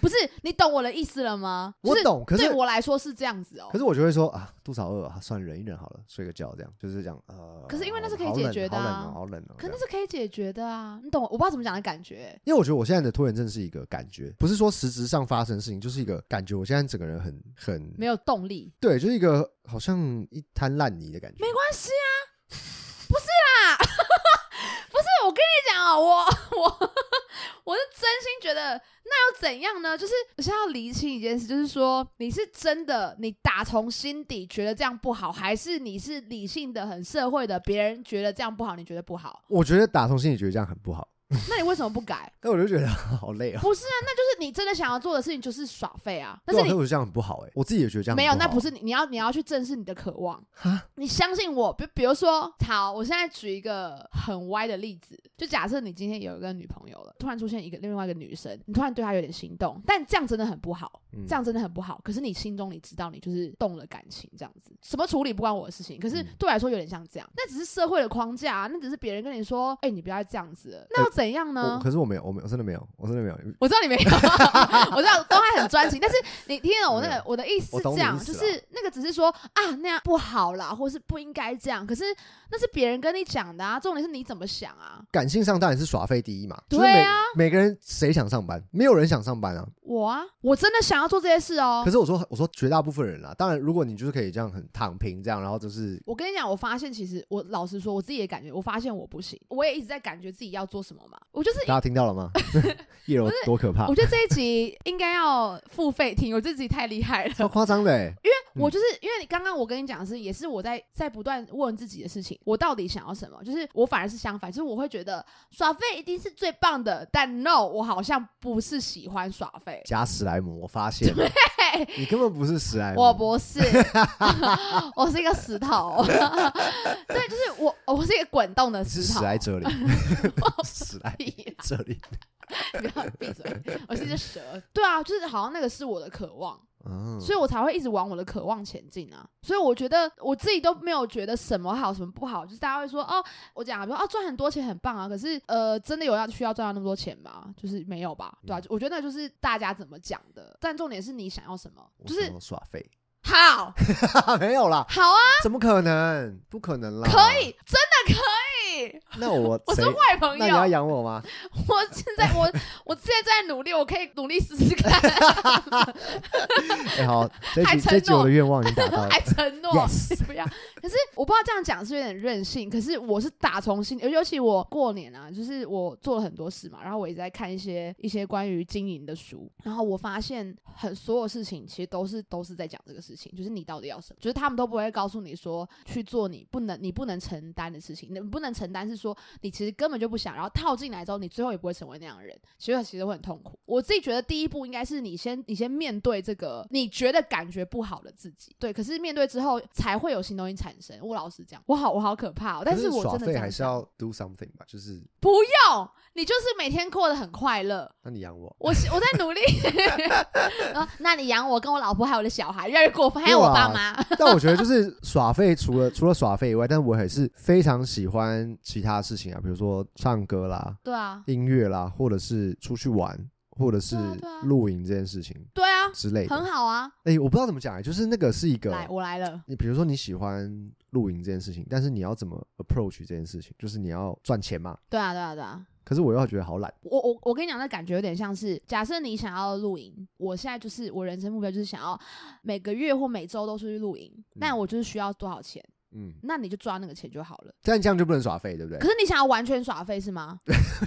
[SPEAKER 2] 不是，你懂我的意思了吗？
[SPEAKER 3] 我
[SPEAKER 2] 就是
[SPEAKER 3] 懂，可是
[SPEAKER 2] 对我来说是这样子哦、
[SPEAKER 3] 可是我就会说啊，肚子好饿啊，算了忍一忍好了，睡个觉这样，就是这样。呃，
[SPEAKER 2] 可是因为那
[SPEAKER 3] 好
[SPEAKER 2] 是可以
[SPEAKER 3] 好
[SPEAKER 2] 解
[SPEAKER 3] 冷
[SPEAKER 2] 决的啊
[SPEAKER 3] 好冷哦，好冷哦。
[SPEAKER 2] 可
[SPEAKER 3] 这
[SPEAKER 2] 那
[SPEAKER 3] 样
[SPEAKER 2] 是可以解决的啊，你懂我？我不知道怎么讲的感觉。
[SPEAKER 3] 因为我觉得我现在的拖延症是一个感觉，不是说实质上发生的事情，就是一个感觉。我现在整个人很很
[SPEAKER 2] 没有动力，
[SPEAKER 3] 对，就是一个好像一滩烂泥的感觉。
[SPEAKER 2] 没关系 *laughs* 啊， *laughs* 不是啦，不是我跟你讲哦、我我我是真心觉得，那又怎样呢？就是我现在要厘清一件事，就是说你是真的，你打从心底觉得这样不好，还是你是理性的、很社会的，别人觉得这样不好，你觉得不好，
[SPEAKER 3] 我觉得打从心里觉得这样很不好，
[SPEAKER 2] 那你为什么不改？
[SPEAKER 3] 但我就觉得 *laughs* 好累哦。
[SPEAKER 2] 不是啊，那就是你真的想要做的事情就是耍废啊，但
[SPEAKER 3] 对
[SPEAKER 2] 是
[SPEAKER 3] 啊，可
[SPEAKER 2] 你
[SPEAKER 3] 是我觉得这样很不好哎、我自己也觉得这样很
[SPEAKER 2] 没有，
[SPEAKER 3] 好
[SPEAKER 2] 那不
[SPEAKER 3] 啊
[SPEAKER 2] 是你，你要你要去正视你的渴望
[SPEAKER 3] 哈。
[SPEAKER 2] 你相信我，比比如说，好，我现在举一个很歪的例子，就假设你今天有一个女朋友了，突然出现一个另外一个女生，你突然对她有点心动，但这样真的很不好，
[SPEAKER 3] 嗯
[SPEAKER 2] 这样真的很不好。可是你心中你知道，你就是动了感情，这样子什么处理不关我的事情。可是
[SPEAKER 3] 嗯
[SPEAKER 2] 对我来说有点像这样，那只是社会的框架、啊，那只是别人跟你说，哎、你不要再这样子了，那又怎样呢？
[SPEAKER 3] 呃我可是我没有，我没有，我真的没有，我真的没有。
[SPEAKER 2] 我知道你没有， *laughs* 我知道东汉很专情，但是你听懂我那
[SPEAKER 3] 没
[SPEAKER 2] 个
[SPEAKER 3] 有
[SPEAKER 2] 我的意思
[SPEAKER 3] 我
[SPEAKER 2] 是
[SPEAKER 3] 懂
[SPEAKER 2] 这
[SPEAKER 3] 你
[SPEAKER 2] 样，
[SPEAKER 3] 意思啊
[SPEAKER 2] 就
[SPEAKER 3] 啦
[SPEAKER 2] 是那个只是说啊那样不好啦，或是不应该这样，可是那是别人跟你讲的啊，重点是你怎么想啊。
[SPEAKER 3] 感性上当然是耍废第一嘛，就是
[SPEAKER 2] 对
[SPEAKER 3] 每、
[SPEAKER 2] 啊
[SPEAKER 3] 每个人谁想上班？没有人想上班啊。
[SPEAKER 2] 我啊，我真的想要做这些事哦
[SPEAKER 3] 可。是我说我说绝大部分人啦，当然如果你就是可以这样很躺平这样，然后就是
[SPEAKER 2] 我跟你讲，我发现其实我老实说，我自己也感觉，我发现我不行，我也一直在感觉自己要做什么嘛。我就是
[SPEAKER 3] 大家听到了吗？ *laughs* 叶柔多可怕
[SPEAKER 2] 我，觉得这一集应该要付费听，我觉得自己太厉害了。
[SPEAKER 3] 超夸张的、欸。嗯
[SPEAKER 2] 我就是因为你刚刚我跟你讲的是，也是我在在不断问自己的事情，我到底想要什么？就是我反而是相反，就是我会觉得耍废一定是最棒的，但 no，我好像不是喜欢耍废，
[SPEAKER 3] 假史莱姆，我发现了你根本不是史莱姆，
[SPEAKER 2] *laughs* 我不
[SPEAKER 3] *laughs*
[SPEAKER 2] 是，我是一个石头， *laughs* 对，就是我我是一个滚动的
[SPEAKER 3] 你是
[SPEAKER 2] 石头
[SPEAKER 3] 史，
[SPEAKER 2] *laughs*
[SPEAKER 3] 莱哲林，史莱
[SPEAKER 2] 屁啦
[SPEAKER 3] 哲林。
[SPEAKER 2] 不要闭嘴，我是一只蛇，对啊，就是好像那个是我的渴望，
[SPEAKER 3] 嗯，
[SPEAKER 2] 所以我才会一直往我的渴望前进啊。所以我觉得我自己都没有觉得什么好什么不好，就是大家会说哦，我讲啊，比如说哦赚很多钱很棒啊，可是呃真的有要需要赚到那么多钱吗？就是没有吧，
[SPEAKER 3] 嗯
[SPEAKER 2] 对啊，我觉得那就是大家怎么讲的，但重点是你想要什么，
[SPEAKER 3] 我
[SPEAKER 2] 就是
[SPEAKER 3] 想要耍废， *laughs*
[SPEAKER 2] 好
[SPEAKER 3] 没有啦，
[SPEAKER 2] 好
[SPEAKER 3] *laughs*
[SPEAKER 2] 啊，
[SPEAKER 3] 怎么可能？不可能啦！
[SPEAKER 2] 可以，，真的可以。
[SPEAKER 3] 那我
[SPEAKER 2] 我是
[SPEAKER 3] 谁
[SPEAKER 2] 坏朋
[SPEAKER 3] 那你
[SPEAKER 2] 友，
[SPEAKER 3] 要养
[SPEAKER 2] *laughs*
[SPEAKER 3] 我吗？
[SPEAKER 2] 我现在我我现在在努力，我可以努力试试看，
[SPEAKER 3] 哎、好，这
[SPEAKER 2] 还
[SPEAKER 3] 集
[SPEAKER 2] 承
[SPEAKER 3] 这集我的
[SPEAKER 2] 诺
[SPEAKER 3] 愿望已经达到
[SPEAKER 2] *laughs*
[SPEAKER 3] 了
[SPEAKER 2] 还。承诺。
[SPEAKER 3] Yes，
[SPEAKER 2] 不要。可是我不知道这样讲是有点任性，可是我是打从心，尤其我过年啊，就是我做了很多事嘛，然后我也在看一些一些关于经营的书，然后我发现很所有事情其实都是都是在讲这个事情，就是你到底要什么，就是他们都不会告诉你说去做你不能你不能承担的事情，你不能承担是说你其实根本就不想，然后套进来之后，你最后也不会成为那样的人，其实其实会很痛苦。我自己觉得第一步应该是你先你先面对这个你觉得感觉不好的自己，对，可是面对之后才会有新东西产生。我老实讲，我好我好可怕、哦，但
[SPEAKER 3] 可
[SPEAKER 2] 是我
[SPEAKER 3] 耍
[SPEAKER 2] 真的这
[SPEAKER 3] 废
[SPEAKER 2] 样
[SPEAKER 3] 还是
[SPEAKER 2] 想
[SPEAKER 3] 要 do something 吧，就是
[SPEAKER 2] 不用，你就是每天过得很快乐。
[SPEAKER 3] 那你养我， *laughs*
[SPEAKER 2] 我是我在努力，然后那你养我跟我老婆还有我的小孩，越来越过分，还有
[SPEAKER 3] 没
[SPEAKER 2] 我
[SPEAKER 3] 有
[SPEAKER 2] 爸
[SPEAKER 3] 啊
[SPEAKER 2] 妈。 *laughs*
[SPEAKER 3] 但我觉得就是耍废，除了除了耍废以外，但我还是非常喜欢其他事情啊，比如说唱歌啦、
[SPEAKER 2] 对啊，
[SPEAKER 3] 音乐啦，或者是出去玩，或者是
[SPEAKER 2] 对啊对啊
[SPEAKER 3] 露营这件事情
[SPEAKER 2] 对啊，
[SPEAKER 3] 之类
[SPEAKER 2] 很
[SPEAKER 3] 的。
[SPEAKER 2] 好啊。
[SPEAKER 3] 哎、我不知道怎么讲、欸，就是那个是一个，
[SPEAKER 2] 来，我来了。
[SPEAKER 3] 你比如说你喜欢露营这件事情，但是你要怎么 approach 这件事情，就是你要赚钱嘛。
[SPEAKER 2] 对啊，对啊，对啊。
[SPEAKER 3] 可是我又觉得好懒，
[SPEAKER 2] 我我我跟你讲，那感觉有点像是，假设你想要露营，我现在就是我人生目标就是想要每个月或每周都出去露营，那我就是需要多少钱，
[SPEAKER 3] 嗯，
[SPEAKER 2] 那你就抓那个钱就好了。
[SPEAKER 3] 但这样就不能耍废，对不对
[SPEAKER 2] 可？是你想要完全耍废是吗？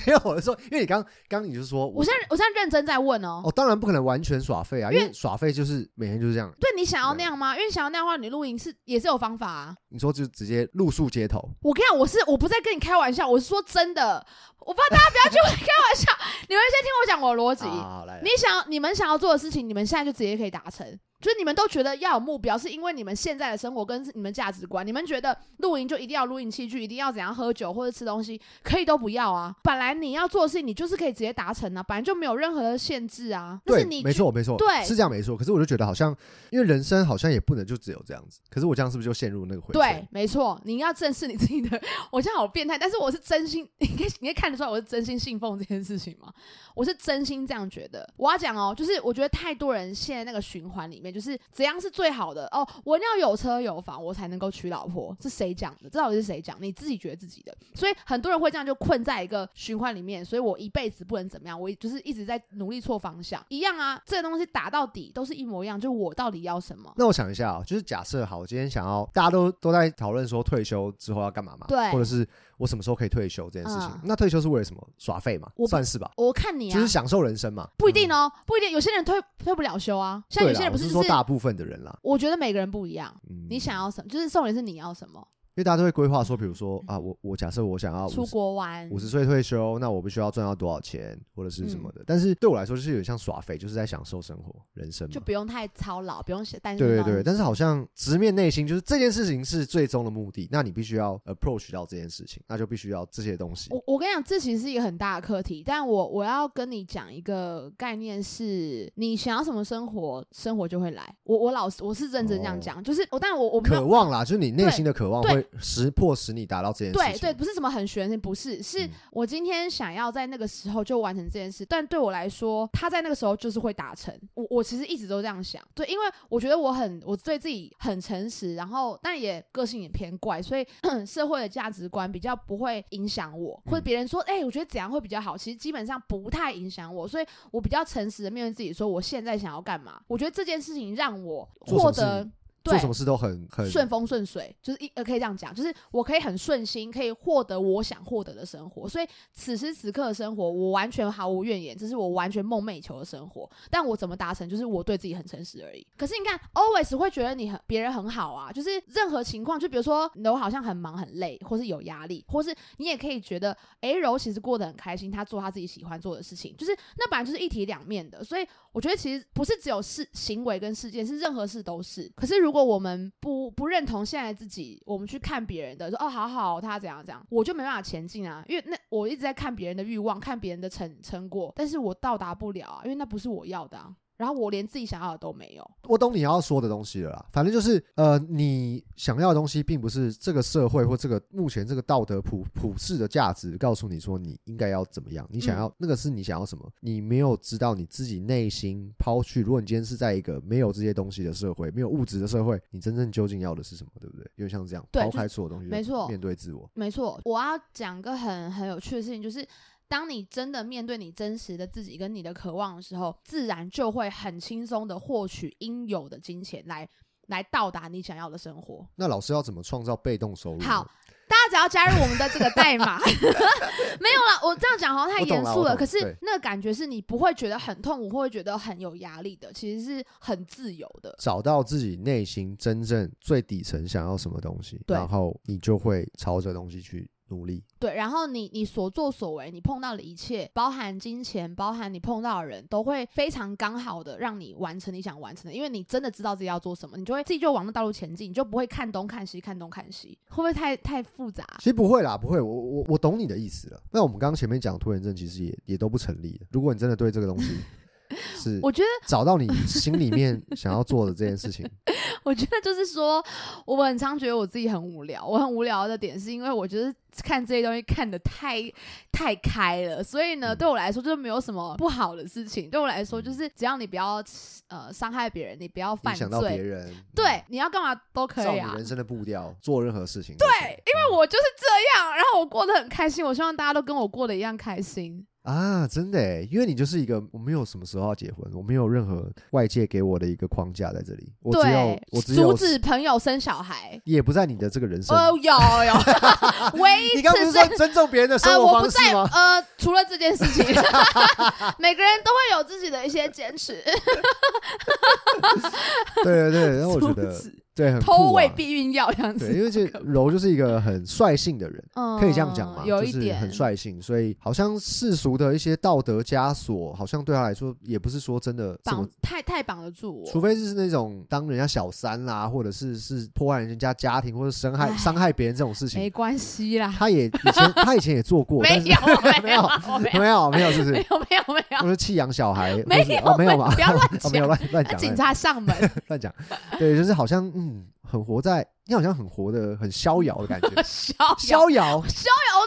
[SPEAKER 3] 没有，我是说，因为你刚刚你就是说
[SPEAKER 2] 我现在我现在认真在问哦、
[SPEAKER 3] 哦，当然不可能完全耍废啊，因
[SPEAKER 2] 因为
[SPEAKER 3] 为耍废就是每天就是这样。
[SPEAKER 2] 对你想要那样吗？因为想要那样的话，你露营是也是有方法啊。
[SPEAKER 3] 你说就直接露宿街头，
[SPEAKER 2] 我跟你讲，我是我不是在跟你开玩笑，我是说真的，我不知道大家不要去开玩 *laughs* 笑，你们先听我讲我的逻辑。
[SPEAKER 3] 啊，来，
[SPEAKER 2] 你想要你们想要做的事情，你们现在就直接可以达成。就是你们都觉得要有目标，是因为你们现在的生活跟你们价值观，你们觉得露营就一定要露营器具，一定要怎样喝酒或者吃东西，可以都不要啊。本来你要做的事情，你就是可以直接达成啊，本来就没有任何的限制啊。但
[SPEAKER 3] 对
[SPEAKER 2] 是，你
[SPEAKER 3] 没
[SPEAKER 2] 觉
[SPEAKER 3] 错，没错，
[SPEAKER 2] 对
[SPEAKER 3] 是这样没错。可是我就觉得好像，因为人生好像也不能就只有这样子。可是我这样是不是就陷入那个回
[SPEAKER 2] 对
[SPEAKER 3] 圈？，
[SPEAKER 2] 没错，你要正视你自己的。 *laughs* 我现在好变态，但是我是真心， *laughs* 你可以你可以看得出来，我是真心信奉这件事情吗？我是真心这样觉得。我要讲哦，就是我觉得太多人陷在那个循环里面，就是怎样是最好的哦，我一定要有车有房，我才能够娶老婆。是谁讲的？这到底是谁讲？你自己觉得自己的。所以很多人会这样就困在一个循环里面，所以我一辈子不能怎么样，我就是一直在努力错方向，一样啊，这个东西打到底都是一模一样，就我到底要什么？
[SPEAKER 3] 那我想一下啊，就是假设好，我今天想要大家都都在讨论说退休之后要干嘛嘛，
[SPEAKER 2] 对
[SPEAKER 3] 或者是我什么时候可以退休这件事情。
[SPEAKER 2] 嗯
[SPEAKER 3] 那退休是为了什么？耍废嘛
[SPEAKER 2] 我，不
[SPEAKER 3] 算是吧，
[SPEAKER 2] 我看你啊，
[SPEAKER 3] 就是享受人生嘛。
[SPEAKER 2] 不一定
[SPEAKER 3] 嗯
[SPEAKER 2] 哦，不一定，有些人退退不了休啊，像
[SPEAKER 3] 对
[SPEAKER 2] 有
[SPEAKER 3] 啦
[SPEAKER 2] 些人
[SPEAKER 3] 我
[SPEAKER 2] 不
[SPEAKER 3] 是
[SPEAKER 2] 就
[SPEAKER 3] 说
[SPEAKER 2] 是，
[SPEAKER 3] 大部分的人啦，
[SPEAKER 2] 我觉得每个人不一样。
[SPEAKER 3] 嗯
[SPEAKER 2] 你想要什么？就是重点是你要什么？
[SPEAKER 3] 因为大家都会规划说，比如说啊，我我假设我想要
[SPEAKER 2] 出国玩
[SPEAKER 3] 五，十岁退休，那我必须要赚到多少钱，或者是什
[SPEAKER 2] 嗯
[SPEAKER 3] 么的。但是对我来说，就是有点像耍废，就是在享受生活、人生
[SPEAKER 2] 就
[SPEAKER 3] 嘛。
[SPEAKER 2] 不用太操劳，不用想担心
[SPEAKER 3] 对对
[SPEAKER 2] 到
[SPEAKER 3] 对，
[SPEAKER 2] 你
[SPEAKER 3] 但是好像直面内心，就是这件事情是最终的目的，那你必须要 approach 到这件事情，那就必须要这些东西。
[SPEAKER 2] 我我跟你讲，这其实是一个很大的课题，但我我要跟你讲一个概念是，你想要什么生活，生活就会来。我我老实，我是认真这样
[SPEAKER 3] 哦
[SPEAKER 2] 讲，就是我，但我我没有
[SPEAKER 3] 渴望啦，就是你内
[SPEAKER 2] 对
[SPEAKER 3] 心的渴望
[SPEAKER 2] 对
[SPEAKER 3] 会使迫使你达到这件事
[SPEAKER 2] 对
[SPEAKER 3] 情。
[SPEAKER 2] 对，不是什么很玄，不是，是
[SPEAKER 3] 嗯
[SPEAKER 2] 我今天想要在那个时候就完成这件事，但对我来说，他在那个时候就是会达成。我我其实一直都这样想，对，因为我觉得我很我对自己很诚实，然后但也个性也偏怪，所以 *clears throat* 社会的价值观比较不会影响我，或者
[SPEAKER 3] 嗯
[SPEAKER 2] 别人说，哎、我觉得怎样会比较好，其实基本上不太影响我，所以我比较诚实的面对自己，说我现在想要干嘛。我觉得这件事情让我
[SPEAKER 3] 做什
[SPEAKER 2] 获
[SPEAKER 3] 么事
[SPEAKER 2] 得。对
[SPEAKER 3] 做什么事都很很
[SPEAKER 2] 顺风顺水，就是一呃可以这样讲，就是我可以很顺心，可以获得我想获得的生活。所以此时此刻的生活，我完全毫无怨言，这是我完全梦寐以求的生活。但我怎么达成，就是我对自己很诚实而已。可是你看，always 会觉得你很别人很好啊，就是任何情况，就比如说柔好像很忙很累，或是有压力，或是你也可以觉得，诶，柔其实过得很开心，她做她自己喜欢做的事情，就是那本来就是一体两面的。所以我觉得其实不是只有事行为跟事件，是任何事都是。可是如果我们不不认同现在自己，我们去看别人的，说哦好好他怎样怎样，我就没办法前进啊，因为那我一直在看别人的欲望，看别人的成成果，但是我到达不了啊，因为那不是我要的啊。然后我连自己想要的都没有，
[SPEAKER 3] 我懂你要说的东西了啦，反正就是呃，你想要的东西，并不是这个社会或这个目前这个道德普普世的价值告诉你说你应该要怎么样，你
[SPEAKER 2] 嗯
[SPEAKER 3] 想要、那个是你想要什么，你没有知道你自己内心抛去。如果你今天是在一个没有这些东西的社会，没有物质的社会，你真正究竟要的是什么，对不对？有点像这样
[SPEAKER 2] 对
[SPEAKER 3] 抛
[SPEAKER 2] 就是
[SPEAKER 3] 开所有东西，
[SPEAKER 2] 没错
[SPEAKER 3] 面对自我。
[SPEAKER 2] 没错。我要讲个很很有趣的事情，就是当你真的面对你真实的自己跟你的渴望的时候，自然就会很轻松的获取应有的金钱来来到达你想要的生活。
[SPEAKER 3] 那老师要怎么创造被动收入呢？
[SPEAKER 2] 好大家只要加入我们的这个代
[SPEAKER 3] *laughs*
[SPEAKER 2] 码，没有啦，我这样讲好像太
[SPEAKER 3] 我懂
[SPEAKER 2] 严
[SPEAKER 3] 啦
[SPEAKER 2] 肃
[SPEAKER 3] 我
[SPEAKER 2] 了。
[SPEAKER 3] 懂
[SPEAKER 2] 可是
[SPEAKER 3] 对
[SPEAKER 2] 那个感觉是你不会觉得很痛苦，或会觉得很有压力的，其实是很自由的。
[SPEAKER 3] 找到自己内心真正最底层想要什么东西，
[SPEAKER 2] 对
[SPEAKER 3] 然后你就会朝着东西去努力。
[SPEAKER 2] 对，然后你你所作所为，你碰到的一切，包含金钱，包含你碰到的人，都会非常刚好的让你完成你想完成的，因为你真的知道自己要做什么，你就会自己就往那道路前进，你就不会看东看西，看东看西，会不会太太复杂？
[SPEAKER 3] 其实不会啦，不会，我我我懂你的意思了。那我们刚刚前面讲的拖延症，其实也也都不成立的。如果你真的对这个
[SPEAKER 2] *laughs*
[SPEAKER 3] 东西是
[SPEAKER 2] 我觉得
[SPEAKER 3] 找到你心里面想要做的这件事情，
[SPEAKER 2] 我觉得就是说，我很常觉得我自己很无聊。我很无聊的点是因为我觉得看这些东西看得太太开了，所以呢，
[SPEAKER 3] 嗯
[SPEAKER 2] 对我来说就没有什么不好的事情。对我来说，就是只要你不要呃伤害别人，你不要 *laughs* 犯
[SPEAKER 3] 影响到别
[SPEAKER 2] 罪，
[SPEAKER 3] 人，
[SPEAKER 2] 对，你要干嘛都可
[SPEAKER 3] 照
[SPEAKER 2] 以
[SPEAKER 3] 你
[SPEAKER 2] 啊。
[SPEAKER 3] 人嗯生的步调做任何事情。对，因
[SPEAKER 2] 那我就是这样，然后我过得很开心。我希望大家都跟我过得一样开心。
[SPEAKER 3] 啊，真的耶，因为你就是一个我没有什么时候要结婚，我没有任何外界给我的一个框架在这里，我只有
[SPEAKER 2] 对
[SPEAKER 3] 我，只有
[SPEAKER 2] 阻止朋友生小孩。
[SPEAKER 3] 也不在你的这个人生。
[SPEAKER 2] 哦，有 *laughs* 有，唯一
[SPEAKER 3] 你刚不
[SPEAKER 2] 此
[SPEAKER 3] 是
[SPEAKER 2] 生
[SPEAKER 3] 说尊重别人的生
[SPEAKER 2] 呃，
[SPEAKER 3] 活
[SPEAKER 2] 我不
[SPEAKER 3] 方
[SPEAKER 2] 在
[SPEAKER 3] 式吗？
[SPEAKER 2] 呃，除了这件事情，每个人都会有自己的一些坚持。呃
[SPEAKER 3] 对对对，然后我
[SPEAKER 2] *laughs*
[SPEAKER 3] 觉
[SPEAKER 2] 阻
[SPEAKER 3] 得
[SPEAKER 2] 止
[SPEAKER 3] 对，很
[SPEAKER 2] 偷
[SPEAKER 3] 酷
[SPEAKER 2] 喂
[SPEAKER 3] 啊
[SPEAKER 2] 避孕药这样 *laughs* 子。
[SPEAKER 3] 对，因为这柔就是一个很率性的人，
[SPEAKER 2] 嗯
[SPEAKER 3] 可以这样讲嘛，
[SPEAKER 2] 有一
[SPEAKER 3] 就是
[SPEAKER 2] 点
[SPEAKER 3] 很率性，所以好像世俗的一些道德枷锁，好像对他来说也不是说真的这么
[SPEAKER 2] 绑，太太绑得住
[SPEAKER 3] 除
[SPEAKER 2] 我。
[SPEAKER 3] 非就是那种当人家小三啦，或者是是破坏人家家庭或者伤害
[SPEAKER 2] 唉
[SPEAKER 3] 伤害别人这种事
[SPEAKER 2] 没
[SPEAKER 3] 情，
[SPEAKER 2] 关系啦，
[SPEAKER 3] 他也以前他以前也做
[SPEAKER 2] *laughs*
[SPEAKER 3] 过，
[SPEAKER 2] 没
[SPEAKER 3] 但是
[SPEAKER 2] 有没有没有
[SPEAKER 3] *laughs* 没有没有，是不
[SPEAKER 2] 没
[SPEAKER 3] 是？
[SPEAKER 2] 有没有没有，
[SPEAKER 3] 我说弃养小孩，
[SPEAKER 2] 没
[SPEAKER 3] 或是
[SPEAKER 2] 有
[SPEAKER 3] 哦没有
[SPEAKER 2] 我
[SPEAKER 3] 嘛，
[SPEAKER 2] 不要乱
[SPEAKER 3] *laughs* 哦没有
[SPEAKER 2] 讲啊
[SPEAKER 3] 乱乱讲，
[SPEAKER 2] 警
[SPEAKER 3] 乱
[SPEAKER 2] 察上
[SPEAKER 3] *laughs*
[SPEAKER 2] 门，，
[SPEAKER 3] 乱讲，对，就是好像嗯，很活在，你好像很活的很逍遥的感觉
[SPEAKER 2] 逍遥逍
[SPEAKER 3] 逍遥
[SPEAKER 2] 遥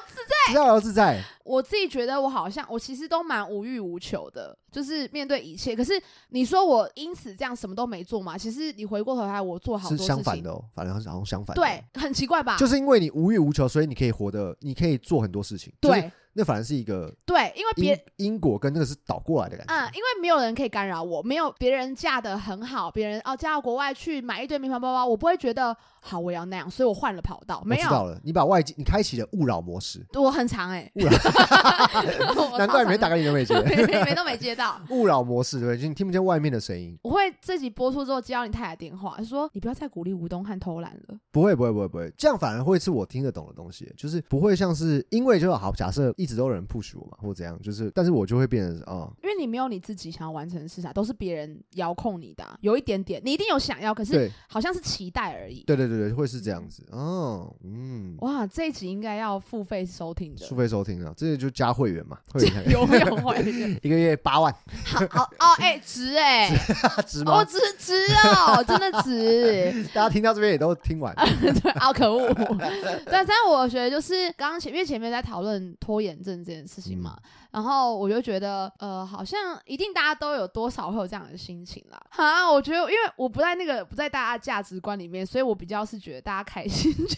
[SPEAKER 2] 自
[SPEAKER 3] 逍遥自在。
[SPEAKER 2] 我自己觉得我好像我其实都蛮无欲无求的，就是面对一切。可是你说我因此这样什么都没做嘛？其实你回过头来，我做好
[SPEAKER 3] 是
[SPEAKER 2] 多事情，
[SPEAKER 3] 相反的哦，反正好像相反的。
[SPEAKER 2] 对，啊很奇怪吧？
[SPEAKER 3] 就是因为你无欲无求，所以你可以活得，你可以做很多事情。
[SPEAKER 2] 对、
[SPEAKER 3] 就是那反而是一个
[SPEAKER 2] 对，因为别
[SPEAKER 3] 因因果跟那个是倒过来的感觉。
[SPEAKER 2] 嗯，因为没有人可以干扰我，没有别人嫁的很好，别人哦嫁到国外去买一堆名牌包包，我不会觉得好我也要那样，所以我换了跑道，
[SPEAKER 3] 我
[SPEAKER 2] 没
[SPEAKER 3] 知道
[SPEAKER 2] 有。啊
[SPEAKER 3] 了，你把外界，你开启了勿扰
[SPEAKER 2] *laughs*
[SPEAKER 3] 模式，
[SPEAKER 2] 我很长哎、
[SPEAKER 3] *laughs* 勿扰
[SPEAKER 2] 我
[SPEAKER 3] 难
[SPEAKER 2] 超
[SPEAKER 3] 怪没
[SPEAKER 2] 常
[SPEAKER 3] 打开你
[SPEAKER 2] *laughs*
[SPEAKER 3] 的美
[SPEAKER 2] 没
[SPEAKER 3] 节。
[SPEAKER 2] 没没都没接到。
[SPEAKER 3] 勿扰模式对不对？就你听不见外面的声音。
[SPEAKER 2] 我会自己播出之后接到你太太电话，她说你不要再鼓励吴东汉偷懒了。
[SPEAKER 3] 不会，不会，不会，不会，这样反而会是我听得懂的东西，就是不会像是因为就好，假设一直都有人 push 我嘛，或怎样，就是，但是我就会变成啊、
[SPEAKER 2] 因为你没有你自己想要完成的事啊，都是别人遥控你的啊、有一点点，你一定有想要，可是
[SPEAKER 3] 对，
[SPEAKER 2] 好像是期待而已。
[SPEAKER 3] 对，对，对，对，会是这样子，哦，嗯，
[SPEAKER 2] 哇，这一集应该要付费收听的
[SPEAKER 3] 付，费收听啊，这个就加会
[SPEAKER 2] *laughs*
[SPEAKER 3] 员嘛，会员开
[SPEAKER 2] 有没有会员？
[SPEAKER 3] 一个月八万，
[SPEAKER 2] *laughs* 好好哦，哎、值哎、
[SPEAKER 3] 值
[SPEAKER 2] 哦
[SPEAKER 3] 吗？
[SPEAKER 2] 值值哦，真的值。 *laughs*
[SPEAKER 3] 大家听到这边也都听完，
[SPEAKER 2] 对，好可恶。对，但我觉得就是刚刚前因为前面在讨论拖延症这件事情嘛，然后我就觉得呃，好像一定大家都有多少会有这样的心情啦。啊，我觉得因为我不在那个不在大家的价值观里面，所以我比较是觉得大家开心就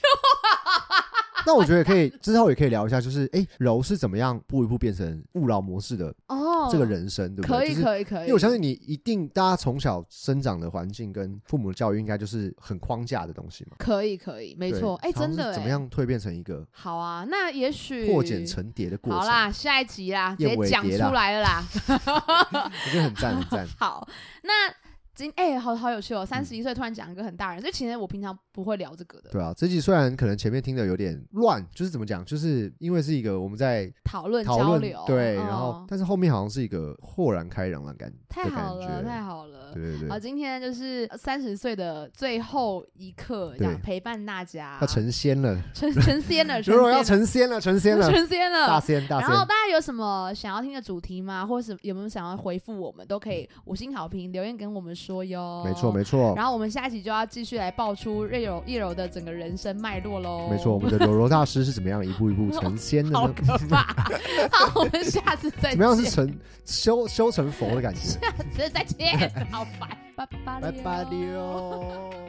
[SPEAKER 3] 那我觉得可以之后也可以聊一下，就是哎、柔是怎么样步一步变成勿扰模式的
[SPEAKER 2] 哦，
[SPEAKER 3] 这个人生，对不对？
[SPEAKER 2] 可以
[SPEAKER 3] 就是
[SPEAKER 2] 可以可以，
[SPEAKER 3] 因为我相信你一定，大家从小生长的环境跟父母的教育应该就是很框架的东西嘛。
[SPEAKER 2] 可以可以，没
[SPEAKER 3] 对
[SPEAKER 2] 错，哎、
[SPEAKER 3] 好像
[SPEAKER 2] 真
[SPEAKER 3] 是
[SPEAKER 2] 的、哎，
[SPEAKER 3] 怎么？样蜕变成一个
[SPEAKER 2] 好啊，那也许
[SPEAKER 3] 破茧成蝶的过程？
[SPEAKER 2] 好啦，下一集啦，直
[SPEAKER 3] 燕
[SPEAKER 2] 接
[SPEAKER 3] 尾
[SPEAKER 2] 讲
[SPEAKER 3] 蝶
[SPEAKER 2] 出
[SPEAKER 3] 啦
[SPEAKER 2] 来了啦。。
[SPEAKER 3] 我觉得很 *laughs* 赞很
[SPEAKER 2] *laughs*
[SPEAKER 3] 赞嗯
[SPEAKER 2] 好，那今哎、好好有趣哦，三十一岁突然讲一个很大人，所以其实我平常不会聊这个的
[SPEAKER 3] *laughs* 对啊，这集虽然可能前面听的有点乱，就是怎么讲，就是因为是一个我们在
[SPEAKER 2] 讨论
[SPEAKER 3] 讨
[SPEAKER 2] 交
[SPEAKER 3] 论
[SPEAKER 2] 流，
[SPEAKER 3] 对，
[SPEAKER 2] 嗯
[SPEAKER 3] 然后但是后面好像是一个豁然开朗的感
[SPEAKER 2] 太
[SPEAKER 3] 的
[SPEAKER 2] 好
[SPEAKER 3] 感
[SPEAKER 2] 了，太
[SPEAKER 3] 觉，
[SPEAKER 2] 好了。
[SPEAKER 3] 对对
[SPEAKER 2] 好，
[SPEAKER 3] 对，
[SPEAKER 2] 今天就是三十岁的最后一刻，这样
[SPEAKER 3] 对
[SPEAKER 2] 陪伴大家 *laughs*
[SPEAKER 3] 要成仙了，
[SPEAKER 2] 成成仙
[SPEAKER 3] *laughs*
[SPEAKER 2] 了，
[SPEAKER 3] 如果要
[SPEAKER 2] 成
[SPEAKER 3] 成仙了，成仙
[SPEAKER 2] 仙了 *laughs*
[SPEAKER 3] 了，
[SPEAKER 2] 成仙
[SPEAKER 3] 大
[SPEAKER 2] 了。
[SPEAKER 3] 仙大
[SPEAKER 2] 然后大
[SPEAKER 3] 仙，
[SPEAKER 2] 家有什么想要听的主题吗？或者是有没有想要回复我们，都可以五星好评留言跟我们说哟。
[SPEAKER 3] 没错没错
[SPEAKER 2] 然后我们下一集就要继续来爆出叶柔叶柔的整个人生脉络喽。
[SPEAKER 3] 没错，我们的柔柔大师是怎么样一步一步
[SPEAKER 2] *laughs*
[SPEAKER 3] 成仙的
[SPEAKER 2] 好
[SPEAKER 3] 呢？
[SPEAKER 2] 可怕！
[SPEAKER 3] *laughs*
[SPEAKER 2] 好，我们下次再见。
[SPEAKER 3] 怎么样是成
[SPEAKER 2] *laughs*
[SPEAKER 3] 修修成佛的感觉？
[SPEAKER 2] 下次再见，好烦，拜拜
[SPEAKER 3] 拜
[SPEAKER 2] 了
[SPEAKER 3] 拜。溜。